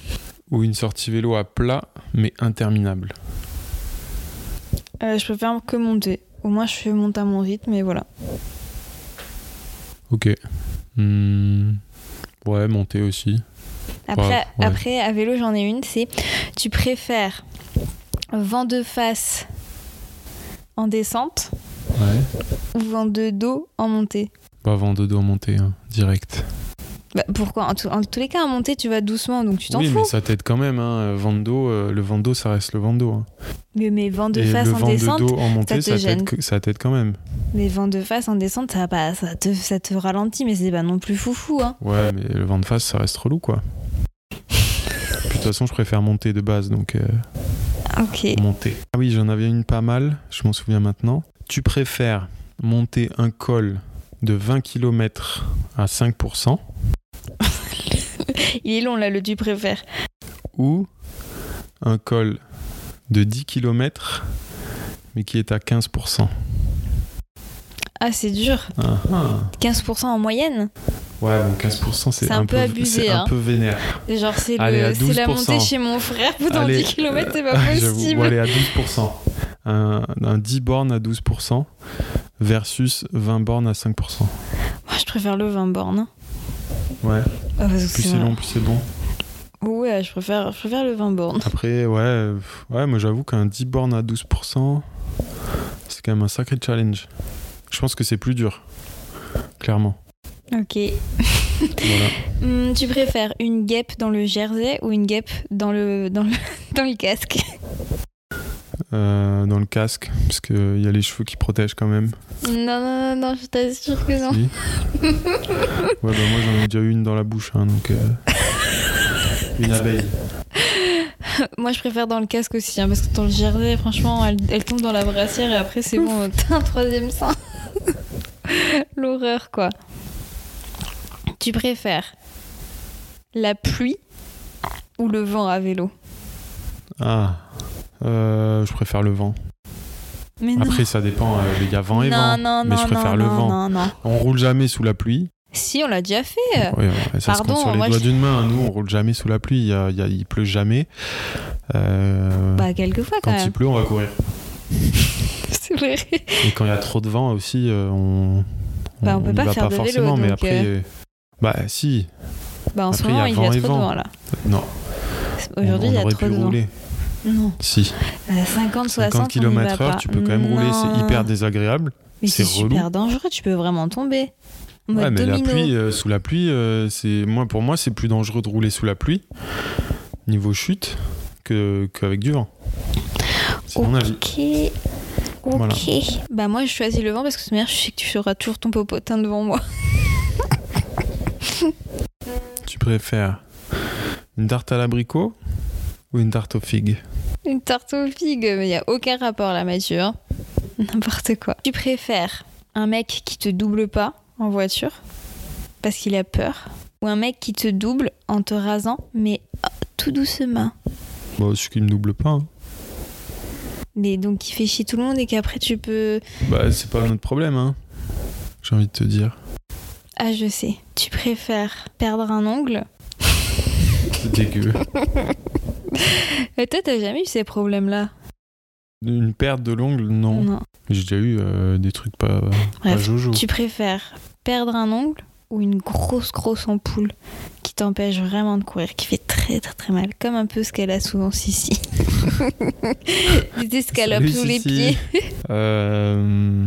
Speaker 1: ou une sortie vélo à plat mais interminable
Speaker 2: euh, je préfère que monter. Au moins, je fais monter à mon rythme et voilà.
Speaker 1: Ok. Hmm. Ouais, monter aussi.
Speaker 2: Après,
Speaker 1: Ouais, ouais.
Speaker 2: après à vélo, j'en ai une c'est tu préfères vent de face en descente
Speaker 1: Ouais.
Speaker 2: ou vent de dos en montée
Speaker 1: Bah, avant de dos monter, hein, direct.
Speaker 2: Bah, Pourquoi en, tout- en tous les cas, en montée, tu vas doucement, donc tu t'en
Speaker 1: oui,
Speaker 2: fous.
Speaker 1: mais ça t'aide quand même. Hein. Vando, euh, le vent d'eau, ça reste le vent d'eau. hein.
Speaker 2: Mais, mais vent de
Speaker 1: Et
Speaker 2: face
Speaker 1: le
Speaker 2: en
Speaker 1: vent
Speaker 2: descente,
Speaker 1: de dos en montée,
Speaker 2: te
Speaker 1: ça
Speaker 2: gêne.
Speaker 1: t'aide que- ça t'aide quand même.
Speaker 2: mais vent de face en descente, ça, va pas, ça, te, ça te ralentit, mais c'est pas non plus foufou. Hein.
Speaker 1: Ouais, mais le vent de face, ça reste relou, quoi. Puis, de toute façon, je préfère monter de base, donc euh,
Speaker 2: Ok.
Speaker 1: monter. Ah oui, j'en avais une pas mal, je m'en souviens maintenant. Tu préfères monter un col de 20 km à 5%
Speaker 2: Il est long là, le tu préfères.
Speaker 1: ou un col de 10 km mais qui est à 15%.
Speaker 2: Ah, c'est dur.
Speaker 1: Ah, ah.
Speaker 2: 15% en moyenne.
Speaker 1: Ouais, bon, 15% c'est
Speaker 2: C'est un peu abusé,
Speaker 1: c'est
Speaker 2: hein.
Speaker 1: un peu vénère.
Speaker 2: Genre, c'est
Speaker 1: Allez, à
Speaker 2: le- c'est la
Speaker 1: 12%.
Speaker 2: montée chez mon frère pendant
Speaker 1: Allez,
Speaker 2: 10 km, c'est pas
Speaker 1: Ah, J'avoue,
Speaker 2: possible.
Speaker 1: bon, allez, à 12%. Un, un 10 bornes à 12% versus 20 bornes à 5%.
Speaker 2: Moi, Oh, je préfère le 20 bornes.
Speaker 1: Ouais,
Speaker 2: Ah, parce que
Speaker 1: plus
Speaker 2: c'est
Speaker 1: c'est
Speaker 2: un-
Speaker 1: long, plus c'est bon.
Speaker 2: Ouais, je préfère, je préfère le 20 bornes.
Speaker 1: Après, ouais, euh, ouais moi j'avoue qu'un 10 bornes à 12%, c'est quand même un sacré challenge. Je pense que c'est plus dur, clairement.
Speaker 2: Ok.
Speaker 1: Voilà.
Speaker 2: Hum, tu préfères une guêpe dans le jersey ou une guêpe dans le, dans le, dans le casque
Speaker 1: Euh, dans le casque, parce qu'il y a les cheveux qui protègent quand même.
Speaker 2: Non, non, non, non, je t'assure que non.
Speaker 1: Oui. ouais, bah moi j'en ai déjà eu une dans la bouche, hein, donc. euh, Une abeille.
Speaker 2: Moi, je préfère dans le casque aussi, hein, parce que dans le jersey, franchement, elle, elle tombe dans la brassière et après, c'est bon, t'as un troisième sein. L'horreur, quoi. Tu préfères la pluie ou le vent à vélo
Speaker 1: Ah. Euh, je préfère le vent.
Speaker 2: Mais non.
Speaker 1: Après, ça dépend. euh, Il y a vent et
Speaker 2: non,
Speaker 1: vent.
Speaker 2: non,
Speaker 1: mais
Speaker 2: non,
Speaker 1: je préfère
Speaker 2: non,
Speaker 1: le
Speaker 2: non,
Speaker 1: vent.
Speaker 2: non, non.
Speaker 1: On roule jamais sous la pluie.
Speaker 2: Si, on l'a déjà fait.
Speaker 1: Ouais, ouais, ça se
Speaker 2: Euh, Pardon,
Speaker 1: compte sur les
Speaker 2: moi,
Speaker 1: doigts
Speaker 2: je-
Speaker 1: d'une main. Nous, on roule jamais sous la pluie. Il, y a- il y a- il pleut jamais. Euh,
Speaker 2: Bah, quelquefois quand
Speaker 1: quand il
Speaker 2: même.
Speaker 1: pleut, on va courir.
Speaker 2: C'est vrai.
Speaker 1: Et quand il y a trop de vent aussi, euh, on.
Speaker 2: Bah, on peut
Speaker 1: y
Speaker 2: pas
Speaker 1: va
Speaker 2: faire
Speaker 1: pas
Speaker 2: de vélo,
Speaker 1: forcément, mais
Speaker 2: donc,
Speaker 1: après. euh, Bah, si.
Speaker 2: Bah, en ce
Speaker 1: Après, il y a
Speaker 2: moment, il y
Speaker 1: vent
Speaker 2: a
Speaker 1: et
Speaker 2: trop de
Speaker 1: vent.
Speaker 2: vent là.
Speaker 1: Non. on-
Speaker 2: Aujourd'hui,
Speaker 1: on,
Speaker 2: il y a
Speaker 1: aurait
Speaker 2: trop
Speaker 1: pu
Speaker 2: de vent. Euh,
Speaker 1: rouler.
Speaker 2: Non,
Speaker 1: Si.
Speaker 2: à 50, 60,
Speaker 1: 50 km/h,
Speaker 2: km/h,
Speaker 1: tu peux quand même rouler. C'est hyper désagréable.
Speaker 2: Mais
Speaker 1: C'est
Speaker 2: c'est
Speaker 1: relou.
Speaker 2: super dangereux, tu peux vraiment tomber. En
Speaker 1: Ouais,
Speaker 2: mode
Speaker 1: mais la
Speaker 2: domino.
Speaker 1: pluie, euh, sous la pluie, euh, c'est moi pour moi c'est plus dangereux de rouler sous la pluie niveau chute que qu'avec du vent.
Speaker 2: Oh.
Speaker 1: C'est mon avis.
Speaker 2: Ok. Ok.
Speaker 1: Voilà.
Speaker 2: Bah moi je choisis le vent parce que de toute manière je sais que tu seras toujours ton popotin devant moi.
Speaker 1: Tu préfères une tarte à l'abricot ou une tarte aux figues
Speaker 2: Une tarte aux figues, mais il a aucun rapport là Mathieu. hein. N'importe quoi. Tu préfères un mec qui te double pas en voiture parce qu'il a peur ou un mec qui te double en te rasant mais oh, tout doucement.
Speaker 1: Bon, celui Bah, qui me double pas. hein.
Speaker 2: Mais donc qui fait chier tout le monde et qu'après tu peux...
Speaker 1: Bah, c'est pas notre problème hein. J'ai envie de te dire.
Speaker 2: Ah je sais. Tu préfères perdre un ongle
Speaker 1: C'est dégueu.
Speaker 2: Mais toi, t'as jamais eu ces problèmes-là
Speaker 1: Une perte de l'ongle, non. J'ai déjà eu euh, des trucs pas, pas
Speaker 2: Bref,
Speaker 1: jojo.
Speaker 2: tu préfères perdre un ongle ou une grosse, grosse ampoule qui t'empêche vraiment de courir, qui fait très, très, très mal, comme un peu ce qu'elle a souvent Sissi. Des escalopes
Speaker 1: Salut,
Speaker 2: sous les
Speaker 1: Sissi.
Speaker 2: pieds.
Speaker 1: Euh,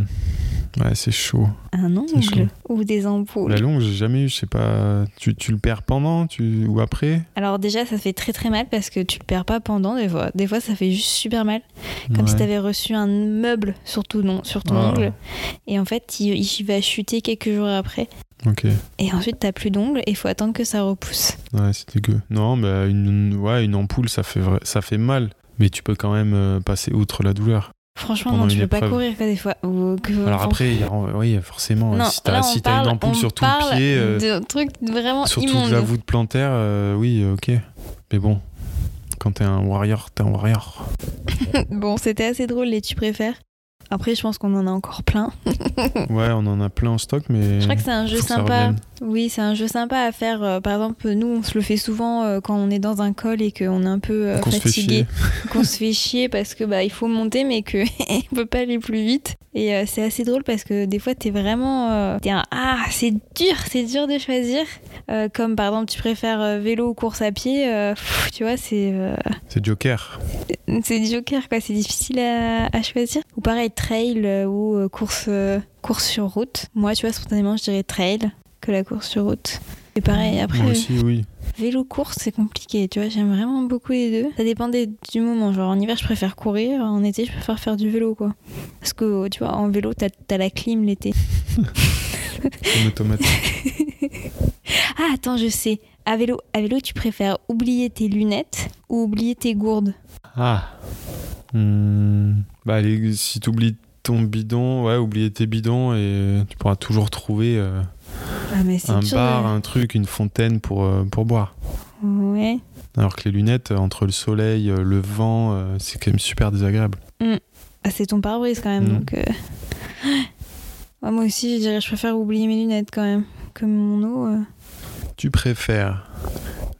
Speaker 1: Ouais, c'est chaud.
Speaker 2: Un
Speaker 1: C'est chaud.
Speaker 2: ongle ou des
Speaker 1: La
Speaker 2: ampoules.
Speaker 1: longue, j'ai jamais eu, je sais pas. Tu, tu le perds pendant tu, ou après
Speaker 2: Alors déjà, ça fait très, très mal parce que tu le perds pas pendant des fois. Des fois, ça fait juste super mal, comme si
Speaker 1: Ouais.
Speaker 2: t'avais reçu un meuble sur, ton on- sur ton
Speaker 1: Ah.
Speaker 2: ongle. Et en fait, il, il va chuter quelques jours après.
Speaker 1: Ok,
Speaker 2: Et ensuite, t'as plus d'ongles et faut attendre que ça repousse.
Speaker 1: ouais, c'est dégueu. Non, bah, une, ouais, une ampoule, ça fait, vrai- ça fait mal. Mais tu peux quand même euh, passer outre la douleur.
Speaker 2: Franchement,
Speaker 1: pendant
Speaker 2: non, tu
Speaker 1: une
Speaker 2: peux pas
Speaker 1: épreuve.
Speaker 2: courir quoi, des fois. Ou que-
Speaker 1: Alors
Speaker 2: enfin,
Speaker 1: après, il y a- oui, forcément,
Speaker 2: non,
Speaker 1: si t'as
Speaker 2: là, on
Speaker 1: si t'as une
Speaker 2: parle-
Speaker 1: ampoule
Speaker 2: on
Speaker 1: sur tout
Speaker 2: parle
Speaker 1: le pied, euh,
Speaker 2: de trucs vraiment
Speaker 1: surtout de
Speaker 2: immondes.
Speaker 1: la voûte plantaire, euh, oui, ok. Mais bon, Quand t'es un warrior, t'es un warrior.
Speaker 2: bon, c'était assez drôle, les tu préfères. Après, je pense qu'on en a encore plein.
Speaker 1: Ouais, on en a plein en stock, mais.
Speaker 2: Hmm. Je crois que c'est un jeu
Speaker 1: Faut que ça
Speaker 2: sympa.
Speaker 1: revienne.
Speaker 2: Oui, c'est un jeu sympa à faire. Euh, Par exemple, nous, on se le fait souvent euh, quand on est dans un col et qu'on est un peu euh,
Speaker 1: Qu'on se fait
Speaker 2: fatigué, qu'on se fait chier parce que bah il faut monter, mais que on peut pas aller plus vite. Et euh, c'est assez drôle parce que des fois, t'es vraiment, euh, t'es un ah, c'est dur, c'est dur de choisir. Euh, comme par exemple, tu préfères euh, vélo ou course à pied, euh, pff, tu vois, c'est euh,
Speaker 1: C'est Joker.
Speaker 2: c'est joker quoi, c'est difficile à, à choisir. Ou pareil, trail euh, ou euh, course, euh, course sur route. Moi, tu vois, spontanément, je dirais trail que la course sur route. Et pareil, après, euh,
Speaker 1: Moi aussi, oui.
Speaker 2: vélo course, c'est compliqué, tu vois, j'aime vraiment beaucoup les deux. Ça dépend des- du moment, genre en hiver, je préfère courir, en été, je préfère faire du vélo, quoi. Parce que, tu vois, en vélo, t'as as la clim l'été.
Speaker 1: Comme automate.
Speaker 2: Ah, attends, je sais. À vélo, à vélo, tu préfères oublier tes lunettes ou oublier tes gourdes
Speaker 1: Ah. Hmm. Bah, allez, si t'oublies ton bidon, ouais, oubliez tes bidons et euh, tu pourras toujours trouver euh,
Speaker 2: Ah, mais c'est
Speaker 1: un
Speaker 2: dur,
Speaker 1: bar,
Speaker 2: hein.
Speaker 1: un truc, une fontaine pour, euh, pour boire.
Speaker 2: Ouais.
Speaker 1: Alors que les lunettes, euh, entre le soleil, euh, le vent, euh, c'est quand même super désagréable.
Speaker 2: Ah, c'est ton pare-brise quand même,
Speaker 1: Mm.
Speaker 2: donc. euh, ouais, moi aussi, je dirais, je préfère oublier mes lunettes quand même, que mon eau. euh.
Speaker 1: Tu préfères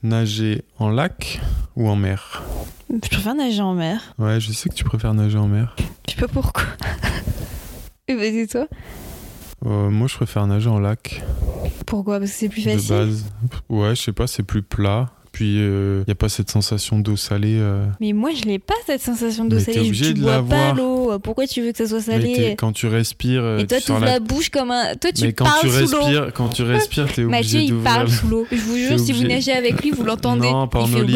Speaker 1: nager en lac ou en mer
Speaker 2: Je préfère nager en mer.
Speaker 1: Ouais, je sais que tu préfères nager en mer.
Speaker 2: Je sais pas pourquoi. Et bah, c'est toi
Speaker 1: Euh, moi, je préfère nager en lac
Speaker 2: Pourquoi Parce que c'est plus
Speaker 1: de
Speaker 2: facile.
Speaker 1: base. Ouais, je sais pas, c'est plus plat. Puis, il n'y a pas cette sensation d'eau salée. euh.
Speaker 2: Mais moi, je l'ai pas cette sensation d'eau
Speaker 1: Mais t'es
Speaker 2: salée.
Speaker 1: obligé
Speaker 2: tu
Speaker 1: de
Speaker 2: bois pas
Speaker 1: l'avoir.
Speaker 2: l'eau. Pourquoi tu veux que ça soit
Speaker 1: Mais t'es-
Speaker 2: salé
Speaker 1: quand tu respires, euh,
Speaker 2: Et toi,
Speaker 1: tu
Speaker 2: tu ouvres
Speaker 1: sors
Speaker 2: la...
Speaker 1: la...
Speaker 2: bouche comme un. Toi, tu
Speaker 1: Mais quand
Speaker 2: parles
Speaker 1: tu
Speaker 2: sous l'eau.
Speaker 1: respires, quand tu respires, t'es
Speaker 2: Mathieu,
Speaker 1: obligé
Speaker 2: il
Speaker 1: d'ouvrir.
Speaker 2: parle sous l'eau. Je vous jure,
Speaker 1: T'es
Speaker 2: si vous
Speaker 1: obligé.
Speaker 2: nagez avec lui, vous l'entendez.
Speaker 1: Non, pas en
Speaker 2: Il
Speaker 1: eau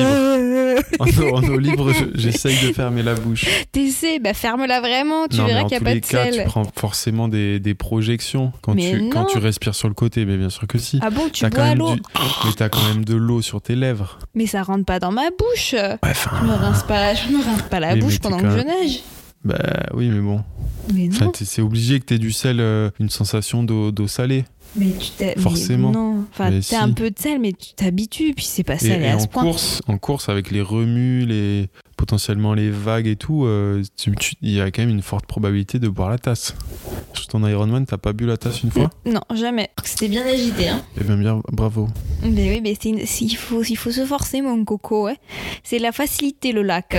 Speaker 2: fait
Speaker 1: En, en eau libre, je- j'essaye de fermer la bouche.
Speaker 2: T'essaies, bah ferme-la vraiment. Tu
Speaker 1: non, mais
Speaker 2: verras
Speaker 1: en
Speaker 2: qu'il
Speaker 1: tous
Speaker 2: n'y a pas
Speaker 1: les
Speaker 2: de
Speaker 1: cas,
Speaker 2: sel.
Speaker 1: tu prends forcément des, des projections quand
Speaker 2: Mais
Speaker 1: tu, quand
Speaker 2: non.
Speaker 1: tu respires sur le côté. Mais bien sûr que si.
Speaker 2: Ah bon, tu
Speaker 1: T'as quand
Speaker 2: bois
Speaker 1: même
Speaker 2: l'eau.
Speaker 1: du- Mais t'as quand même de l'eau sur tes lèvres.
Speaker 2: Mais ça rentre pas dans ma bouche.
Speaker 1: Ouais,
Speaker 2: Je me rince pas, je me rince pas la
Speaker 1: Oui, mais
Speaker 2: bouche
Speaker 1: t'es
Speaker 2: pendant que
Speaker 1: quand
Speaker 2: je
Speaker 1: même-
Speaker 2: nage.
Speaker 1: Bah oui, mais bon.
Speaker 2: Mais
Speaker 1: Enfin,
Speaker 2: non,
Speaker 1: t'es- c'est obligé que t'aies du sel, euh, une sensation d'eau d'eau salée.
Speaker 2: mais tu t'es. mais
Speaker 1: Forcément.
Speaker 2: Non, enfin,
Speaker 1: Mais
Speaker 2: t'as
Speaker 1: si.
Speaker 2: un peu de sel, mais tu t'habitues, puis c'est pas
Speaker 1: Et,
Speaker 2: salé
Speaker 1: et
Speaker 2: à
Speaker 1: en
Speaker 2: ce point.
Speaker 1: course, en course avec les remues, les potentiellement les vagues et tout, euh, tu- tu- il y a quand même une forte probabilité de boire la tasse. Sur ton Ironman, t'as pas bu la tasse une fois
Speaker 2: Non, jamais. Alors que C'était bien agité, hein.
Speaker 1: Eh bien, bien, bravo.
Speaker 2: Mais oui, mais c'est une- c'est- il, faut, il faut se forcer, mon coco, ouais. C'est la facilité, le lac.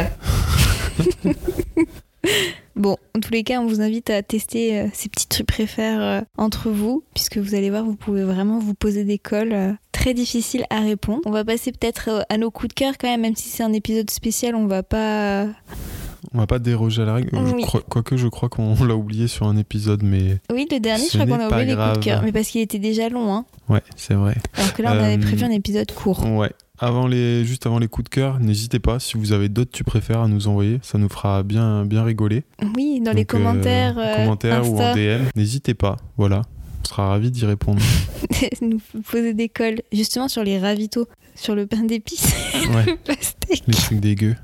Speaker 2: bon, en tous les cas, on vous invite à tester euh, ces petits trucs préfères euh, entre vous, puisque vous allez voir, vous pouvez vraiment vous poser des cols euh, très difficiles à répondre. On va passer peut-être euh, à nos coups de cœur quand même, même si c'est un épisode spécial, on va pas... euh,
Speaker 1: On va pas déroger à la règle. Je
Speaker 2: Oui.
Speaker 1: crois- Quoique, je crois qu'on l'a oublié sur un épisode, mais
Speaker 2: Oui, le dernier,
Speaker 1: Ce
Speaker 2: je crois qu'on
Speaker 1: n'est
Speaker 2: a
Speaker 1: pas
Speaker 2: oublié les coups
Speaker 1: grave.
Speaker 2: de cœur, mais parce qu'il était déjà long, hein.
Speaker 1: ouais, c'est vrai.
Speaker 2: Alors que là, on avait
Speaker 1: Euh,
Speaker 2: prévu un épisode court.
Speaker 1: Ouais. Avant les, juste avant les coups de cœur, n'hésitez pas. Si vous avez d'autres, tu préfères à nous envoyer. Ça nous fera bien, bien rigoler.
Speaker 2: Oui, dans les
Speaker 1: Donc, euh,
Speaker 2: commentaires,
Speaker 1: en
Speaker 2: euh,
Speaker 1: commentaire ou
Speaker 2: Insta.
Speaker 1: en DM. N'hésitez pas. Voilà. On sera ravis d'y répondre.
Speaker 2: nous poser des cols, justement sur les ravitaux, sur le pain d'épices,
Speaker 1: Ouais.
Speaker 2: le pastèque.
Speaker 1: Les trucs dégueux.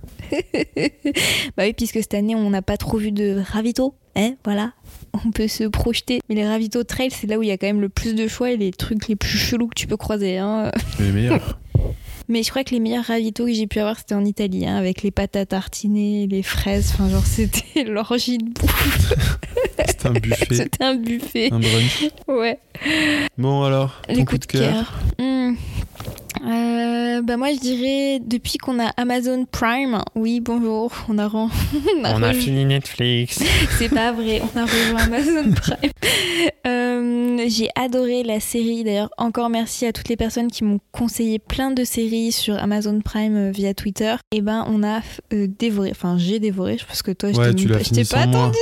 Speaker 2: bah oui, puisque cette année, on n'a pas trop vu de ravitaux, hein, voilà. On peut se projeter. Mais les ravitaux trail, c'est là où il y a quand même le plus de choix et les trucs les plus chelous que tu peux croiser, hein.
Speaker 1: Les meilleurs.
Speaker 2: Mais je crois que les meilleurs ravitaux que j'ai pu avoir, c'était en Italie, hein, avec les pâtes à tartiner, les fraises, enfin, genre, c'était l'orgie de bouffe.
Speaker 1: C'est un buffet. Ah.
Speaker 2: C'était un buffet.
Speaker 1: un brunch.
Speaker 2: Ouais.
Speaker 1: Bon, alors, ton
Speaker 2: Les
Speaker 1: coup de cœur.
Speaker 2: Hmm. Euh, bah moi je dirais depuis qu'on a Amazon Prime, oui bonjour, on a, ren-
Speaker 3: On a
Speaker 2: rejoint-
Speaker 3: fini Netflix.
Speaker 2: c'est pas vrai, on a rejoint Amazon Prime. Euh, J'ai adoré la série, d'ailleurs encore merci à toutes les personnes qui m'ont conseillé plein de séries sur Amazon Prime euh, via Twitter. Et ben on a euh, dévoré, enfin j'ai dévoré, je pense que toi je
Speaker 1: Ouais,
Speaker 2: t'ai
Speaker 1: tu
Speaker 2: même
Speaker 1: l'as
Speaker 2: pas- je t'ai
Speaker 1: fini
Speaker 2: pas
Speaker 1: sans moi.
Speaker 2: attendu.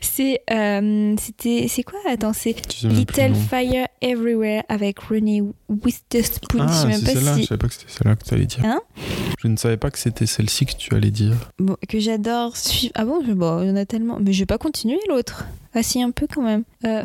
Speaker 2: C'est euh, c'était c'est quoi Attends c'est
Speaker 1: Tu sais même plus le
Speaker 2: Little
Speaker 1: nom.
Speaker 2: Fire Everywhere avec Renee Witherspoon.
Speaker 1: Ah,
Speaker 2: je sais
Speaker 1: c'est
Speaker 2: même pas
Speaker 1: celle-là.
Speaker 2: si-
Speaker 1: Je savais pas que c'était celle-là que tu allais dire.
Speaker 2: Hein
Speaker 1: je ne savais pas que c'était celle-ci que tu allais dire.
Speaker 2: bon, que j'adore suivre. Ah bon, je- bon, il y en a tellement. Mais je vais pas continuer l'autre. Ah si, un peu quand même. Euh,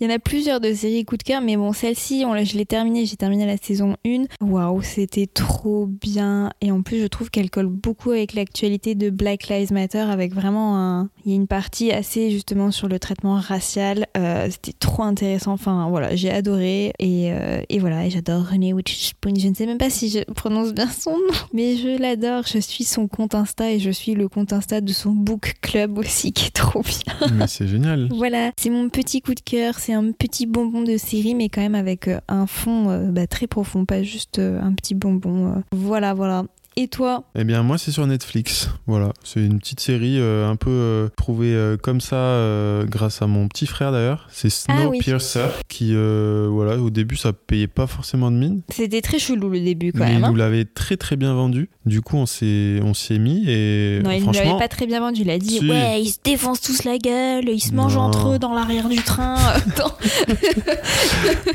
Speaker 2: Il y en a plusieurs de séries coup de cœur, mais bon, celle-ci, on l'a- je l'ai terminée, j'ai terminé la saison 1. Waouh, c'était trop bien. Et en plus, je trouve qu'elle colle beaucoup avec l'actualité de Black Lives Matter, avec vraiment un. Il y a une partie assez justement sur le traitement racial. Euh, c'était trop intéressant. Enfin, voilà, j'ai adoré. Et, euh, et voilà, et j'adore René Witherspoon. Je ne sais même pas si je prononce bien son nom, mais je l'adore. Je suis son compte Insta et je suis le compte Insta de son book club aussi, qui est trop bien.
Speaker 1: Mais c'est génial.
Speaker 2: Voilà, c'est mon petit coup de cœur, c'est un petit bonbon de série, mais quand même avec euh, un fond euh, bah, très profond, pas juste euh, un petit bonbon. euh. Voilà, voilà. Et toi
Speaker 1: Eh bien, moi, c'est sur Netflix. Voilà, c'est une petite série euh, un peu euh, trouvée euh, comme ça euh, grâce à mon petit frère d'ailleurs. C'est
Speaker 2: Ah
Speaker 1: Snowpiercer
Speaker 2: oui.
Speaker 1: qui, euh, voilà, au début, ça payait pas forcément de mine,
Speaker 2: C'était très chelou le début quand
Speaker 1: mais
Speaker 2: même.
Speaker 1: il
Speaker 2: hein.
Speaker 1: nous l'avait très très bien vendu. Du coup, on s'est on s'y est mis et
Speaker 2: non, il ne l'avait
Speaker 1: franchement,
Speaker 2: pas très bien vendu. Il a dit
Speaker 1: Si.
Speaker 2: Ouais, ils se défoncent tous la gueule, ils se mangent
Speaker 1: Non.
Speaker 2: entre eux dans l'arrière du train. Attends.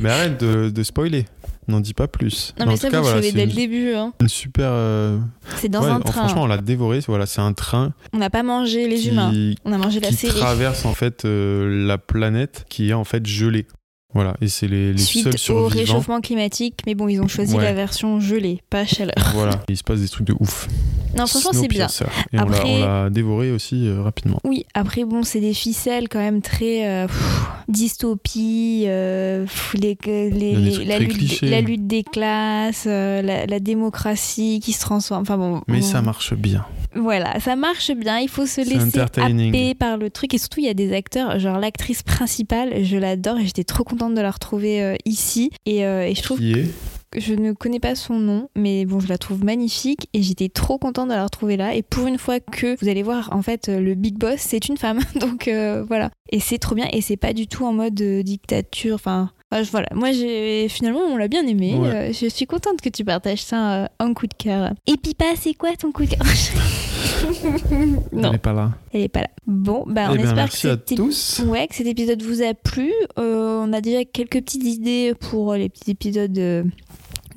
Speaker 1: mais arrête de, de spoiler. N'en dis pas plus. Mais
Speaker 2: Non, mais
Speaker 1: en
Speaker 2: ça,
Speaker 1: tout cas,
Speaker 2: vous le
Speaker 1: voilà,
Speaker 2: savez
Speaker 1: c'est
Speaker 2: dès le
Speaker 1: une,
Speaker 2: début. hein.
Speaker 1: une super. euh,
Speaker 2: C'est dans
Speaker 1: ouais,
Speaker 2: un
Speaker 1: en-
Speaker 2: train.
Speaker 1: Franchement, on l'a dévoré. Voilà, c'est un train
Speaker 2: On n'a pas mangé les
Speaker 1: qui,
Speaker 2: humains, on a mangé la
Speaker 1: qui
Speaker 2: série.
Speaker 1: traverse en fait euh, la planète qui est en fait gelée. Voilà, et c'est les, les seuls
Speaker 2: Suite au
Speaker 1: survivants.
Speaker 2: réchauffement climatique, mais bon, ils ont choisi
Speaker 1: Ouais.
Speaker 2: la version gelée, pas chaleur.
Speaker 1: voilà, il se passe des trucs de ouf.
Speaker 2: Non, franchement, c'est bien.
Speaker 1: Snowpiercer. Et on l'a-
Speaker 2: Après-
Speaker 1: on l'a dévoré aussi euh, rapidement.
Speaker 2: Oui, après bon, c'est des ficelles quand même très euh, pff, dystopie, euh, pff, les- les-
Speaker 1: y a des
Speaker 2: les-
Speaker 1: trucs
Speaker 2: la,
Speaker 1: très
Speaker 2: lutte,
Speaker 1: clichés.
Speaker 2: la lutte des classes, euh, la, la démocratie qui se transforme. Enfin bon.
Speaker 1: Mais
Speaker 2: on-
Speaker 1: ça marche bien.
Speaker 2: Voilà, ça marche bien. Il faut se
Speaker 1: C'est
Speaker 2: laisser
Speaker 1: entertaining.
Speaker 2: happer par le truc. Et surtout, il y a des acteurs, genre l'actrice principale, je l'adore et j'étais trop contente de la retrouver euh, ici. Et, euh, et je trouve
Speaker 1: Qui est
Speaker 2: je ne connais pas son nom, mais bon, je la trouve magnifique et j'étais trop contente de la retrouver là. Et pour une fois que vous allez voir, en fait, euh, le big boss, c'est une femme. Donc euh, voilà. Et c'est trop bien. Et c'est pas du tout en mode euh, dictature. Enfin, enfin, je- voilà. Moi, j'ai finalement, on l'a bien aimé.
Speaker 1: Ouais.
Speaker 2: Euh, je suis contente que tu partages ça euh, en coup de cœur. Et Pipa, c'est quoi ton coup de cœur
Speaker 1: Elle
Speaker 2: Non,
Speaker 1: est pas là.
Speaker 2: elle est pas là. Bon, bah, on
Speaker 1: Eh bien,
Speaker 2: espère
Speaker 1: merci
Speaker 2: que
Speaker 1: à
Speaker 2: c'était
Speaker 1: tous.
Speaker 2: Ouais, que cet épisode vous a plu. Euh, on a déjà quelques petites idées pour les petits épisodes euh,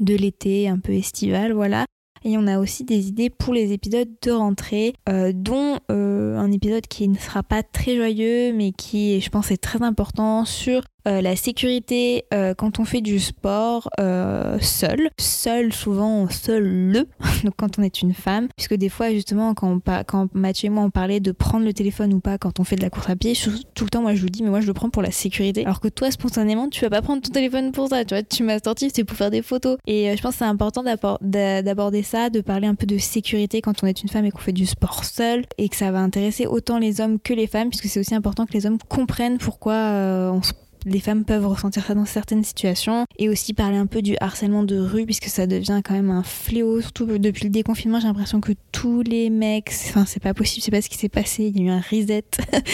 Speaker 2: de, l'été, un peu estival, voilà. Et on a aussi des idées pour les épisodes de rentrée, euh, dont euh, un épisode qui ne sera pas très joyeux, mais qui, je pense, est très important sur euh, la sécurité euh, quand on fait du sport euh, seul. Seul, souvent, seul le donc quand on est une femme, puisque des fois justement quand, on par- quand Mathieu et moi on parlait de prendre le téléphone ou pas quand on fait de la course à pied, je- tout le temps moi je vous dis mais moi je le prends pour la sécurité, alors que toi spontanément tu vas pas prendre ton téléphone pour ça, tu vois, tu m'as sorti c'est pour faire des photos et euh, je pense que c'est important d'appor- d'a- d'aborder ça, de parler un peu de sécurité quand on est une femme et qu'on fait du sport seul et que ça va intéresser autant les hommes que les femmes puisque c'est aussi important que les hommes comprennent pourquoi euh, on se les femmes peuvent ressentir ça dans certaines situations et aussi parler un peu du harcèlement de rue puisque ça devient quand même un fléau surtout depuis le déconfinement j'ai l'impression que tous les mecs enfin c'est pas possible je sais pas ce qui s'est passé il y a eu un reset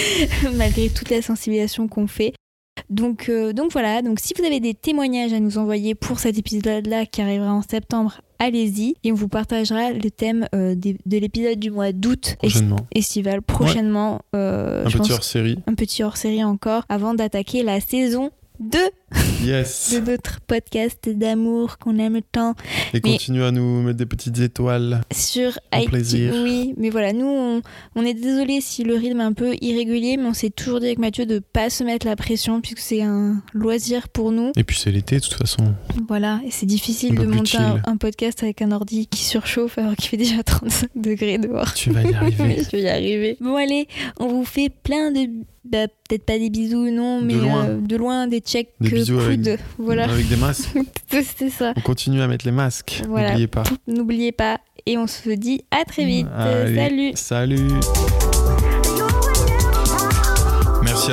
Speaker 2: malgré toute la sensibilisation qu'on fait donc, euh, donc voilà, donc si vous avez des témoignages à nous envoyer pour cet épisode-là qui arrivera en septembre, allez-y et on vous partagera le thème euh, des- de l'épisode du mois d'août est-
Speaker 1: Prochainement.
Speaker 2: estival prochainement. euh,
Speaker 1: Un
Speaker 2: je
Speaker 1: petit
Speaker 2: pense-
Speaker 1: hors série.
Speaker 2: un petit hors-série encore avant d'attaquer la saison 2
Speaker 1: Yes.
Speaker 2: de notre podcast d'amour qu'on aime tant
Speaker 1: Et continue à nous mettre des petites étoiles.
Speaker 2: sur
Speaker 1: Au
Speaker 2: iTunes.
Speaker 1: plaisir.
Speaker 2: Oui, mais voilà, nous, on, on est désolé si le rythme est un peu irrégulier, mais on s'est toujours dit avec Mathieu de pas se mettre la pression puisque c'est un loisir pour nous.
Speaker 1: Et puis c'est l'été de toute façon.
Speaker 2: Voilà, et c'est difficile
Speaker 1: Un peu
Speaker 2: de
Speaker 1: plus
Speaker 2: monter un,
Speaker 1: chill.
Speaker 2: un podcast avec un ordi qui surchauffe alors qu'il fait déjà 35 degrés dehors.
Speaker 1: Tu vas y arriver.
Speaker 2: Je vais y arriver. Bon, allez, on vous fait plein de. bah, peut-être pas des bisous, non,
Speaker 1: De
Speaker 2: mais
Speaker 1: loin.
Speaker 2: euh, de loin, des checks
Speaker 1: Des
Speaker 2: euh,
Speaker 1: bisous avec-
Speaker 2: coudes. Voilà.
Speaker 1: Avec des masques.
Speaker 2: C'est ça.
Speaker 1: On continue à mettre les masques.
Speaker 2: Voilà.
Speaker 1: N'oubliez pas.
Speaker 2: N'oubliez pas. Et on se dit à très vite.
Speaker 1: Allez,
Speaker 2: Salut.
Speaker 1: Salut. Merci